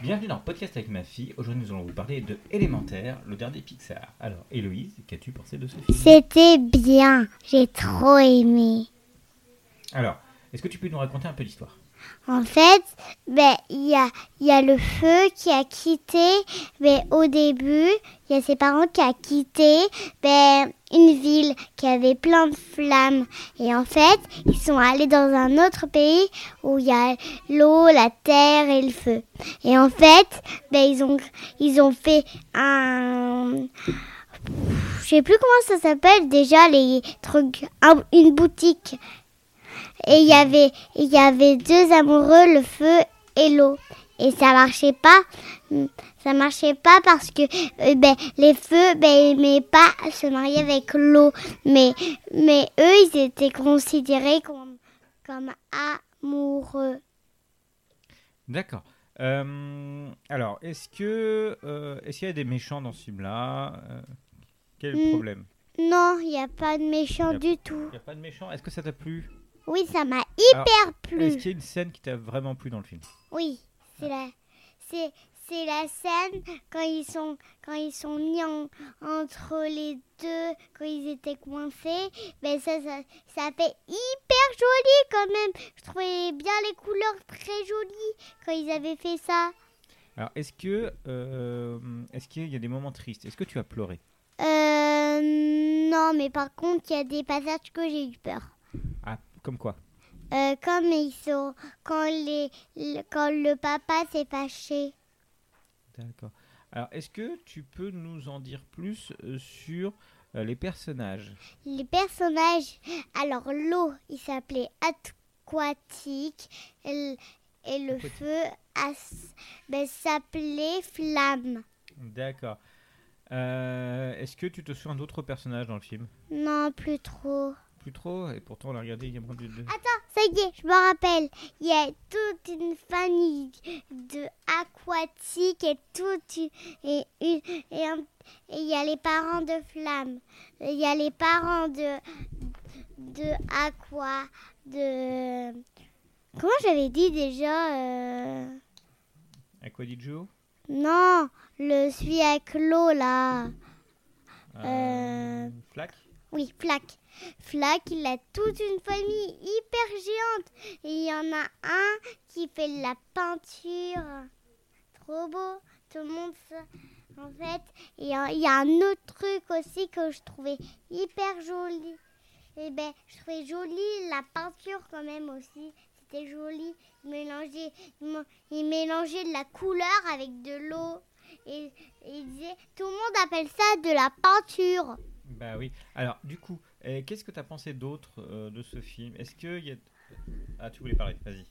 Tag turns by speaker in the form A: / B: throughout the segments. A: Bienvenue dans Podcast avec ma fille. Aujourd'hui, nous allons vous parler de Élémentaire, le dernier Pixar. Alors, Héloïse, qu'as-tu pensé de ce film
B: C'était bien, j'ai trop aimé.
A: Alors, est-ce que tu peux nous raconter un peu l'histoire
B: En fait, ben, il y a, il y a le feu qui a quitté, mais au début, il y a ses parents qui a quitté ben, une ville qui avait plein de flammes. Et en fait, ils sont allés dans un autre pays où il y a l'eau, la terre et le feu. Et en fait, ben, ils, ont, ils ont fait un... Je sais plus comment ça s'appelle déjà les trucs, un- une boutique et il y avait il y avait deux amoureux, le feu et l'eau. Et ça marchait pas. Mm, Ça marchait pas parce que euh, ben, les feux ben, aimaient pas se marier avec l'eau. Mais, mais eux, ils étaient considérés comme, comme amoureux.
A: D'accord. Euh, alors, est-ce que euh, est-ce qu'il y a des méchants dans ce film-là Euh, Quel est le
B: Hmm.
A: problèmes
B: Non, il n'y a pas de méchant
A: Yep.
B: du tout.
A: Il n'y a pas de méchants. Est-ce que ça t'a plu
B: Oui, ça m'a
A: Alors,
B: hyper
A: Est-ce
B: plu.
A: qu'il y a une scène qui t'a vraiment plu dans le film
B: Oui, c'est la, c'est, c'est la scène quand ils sont, quand ils sont mis en- entre les deux, quand ils étaient coincés. Mais ça, ça, ça fait hyper joli quand même. Je trouvais bien les couleurs très jolies quand ils avaient fait ça.
A: Alors, est-ce que euh, est-ce qu'il y a des moments tristes Est-ce que tu as pleuré
B: Euh, non, mais par contre, il y a des passages que j'ai eu peur.
A: Ah, comme quoi
B: Euh, comme ils sont, quand les, le- quand le papa s'est fâché.
A: D'accord. Alors, est-ce que tu peux nous en dire plus euh, sur euh, les personnages
B: Les personnages, alors l'eau, il s'appelait aquatique et le- et le
A: Aquatique.
B: feu as- ben, s'appelait flamme.
A: D'accord. Euh, Est-ce que tu te souviens d'autres personnages dans le film
B: Non, plus trop.
A: Plus trop, et pourtant on l'a regardé il y a moins de deux.
B: Ça y est, je me rappelle. Il y a toute une famille de aquatiques et toute une- et une- et un- et il y a les parents de flamme. Il y a les parents de de aqua de comment j'avais dit déjà. euh,
A: À quoi dit Joe
B: Non, le suis avec l'eau là.
A: Euh, Flac
B: Oui, Flac. Flac, il a toute une famille hyper géante. Et il y en a un qui fait de la peinture. Trop beau. Tout le monde se... En fait, et euh, il y a un autre truc aussi que je trouvais hyper joli. Et ben, je trouvais joli la peinture quand même aussi. C'était joli. Il mélangeait, il mé- il mélangeait de la couleur avec de l'eau. Et, et il disait, tout le monde appelle ça de la peinture.
A: Bah oui. Alors, du coup, euh, qu'est-ce que t'as pensé d'autre euh, de ce film Est-ce que y a... Ah, tu voulais parler, vas-y.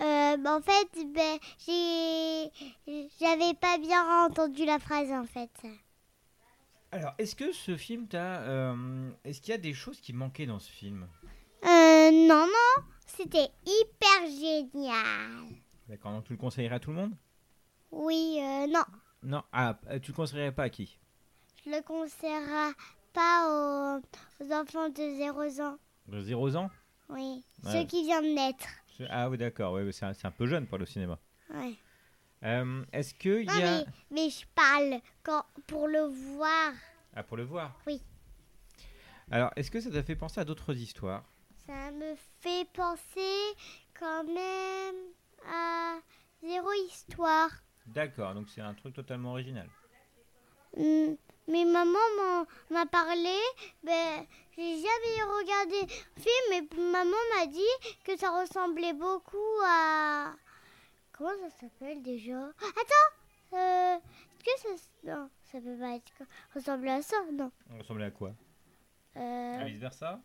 B: Euh, bah, en fait, ben, j'ai, j'avais pas bien entendu la phrase en fait.
A: Alors, est-ce que ce film t'a... euh, est-ce qu'il y a des choses qui manquaient dans ce film
B: Euh, non, non, c'était hyper génial.
A: D'accord, donc tu le conseillerais à tout le monde
B: Oui, euh, non,
A: Non, ah, euh, tu le conseillerais pas à qui
B: je le conseillera pas aux, aux enfants de 0 ans.
A: De 0 ans
B: Oui,
A: Ouais.
B: ceux qui viennent de naître.
A: Ce- Ah oui, d'accord, ouais, mais c'est un, c'est un peu jeune pour le cinéma.
B: Ouais.
A: Euh, est-ce qu'il y
B: Non,
A: a...
B: Ah, mais, mais je parle quand, pour le voir.
A: Ah, pour le voir
B: Oui.
A: Alors, est-ce que ça t'a fait penser à d'autres histoires
B: Ça me fait penser quand même à Zéro Histoire.
A: D'accord, donc c'est un truc totalement original.
B: Hmm, Mais maman m'en- m'a parlé, ben, j'ai jamais regardé le film, mais maman m'a dit que ça ressemblait beaucoup à... Comment ça s'appelle déjà Attends euh, Est-ce que ça... s- Non, ça peut pas être... ressembler à ça, non.
A: On ressemblait à quoi
B: Euh,
A: À vice versa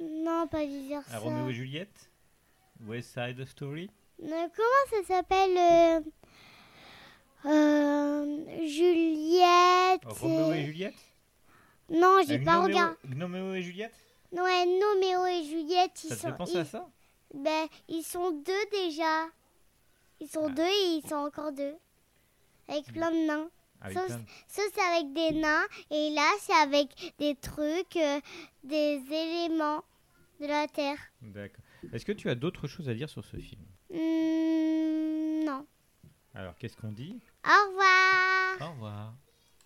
B: Non, pas dire
A: À
B: ça.
A: Roméo Ah, et Juliette West Side Story
B: Euh, comment ça s'appelle euh, euh, Juliette
A: Roméo et Juliette
B: Non, j'ai
A: Ah,
B: pas
A: Gnoméo-
B: regardé.
A: Gnoméo et Juliette
B: Ouais, Noméo et Juliette, ils
A: Ça te
B: sont...
A: fait penser
B: ils-
A: à ça
B: Ben, ils sont deux déjà. Ils sont
A: Ah.
B: deux et ils sont encore deux. Avec plein de nains.
A: Ah oui,
B: ça,
A: plein de-
B: Ça, c'est avec des nains. Et là, c'est avec des trucs, euh, des éléments de la Terre.
A: D'accord. Est-ce que tu as d'autres choses à dire sur ce film
B: Hmm, non.
C: Alors, qu'est-ce qu'on dit
A: Au revoir.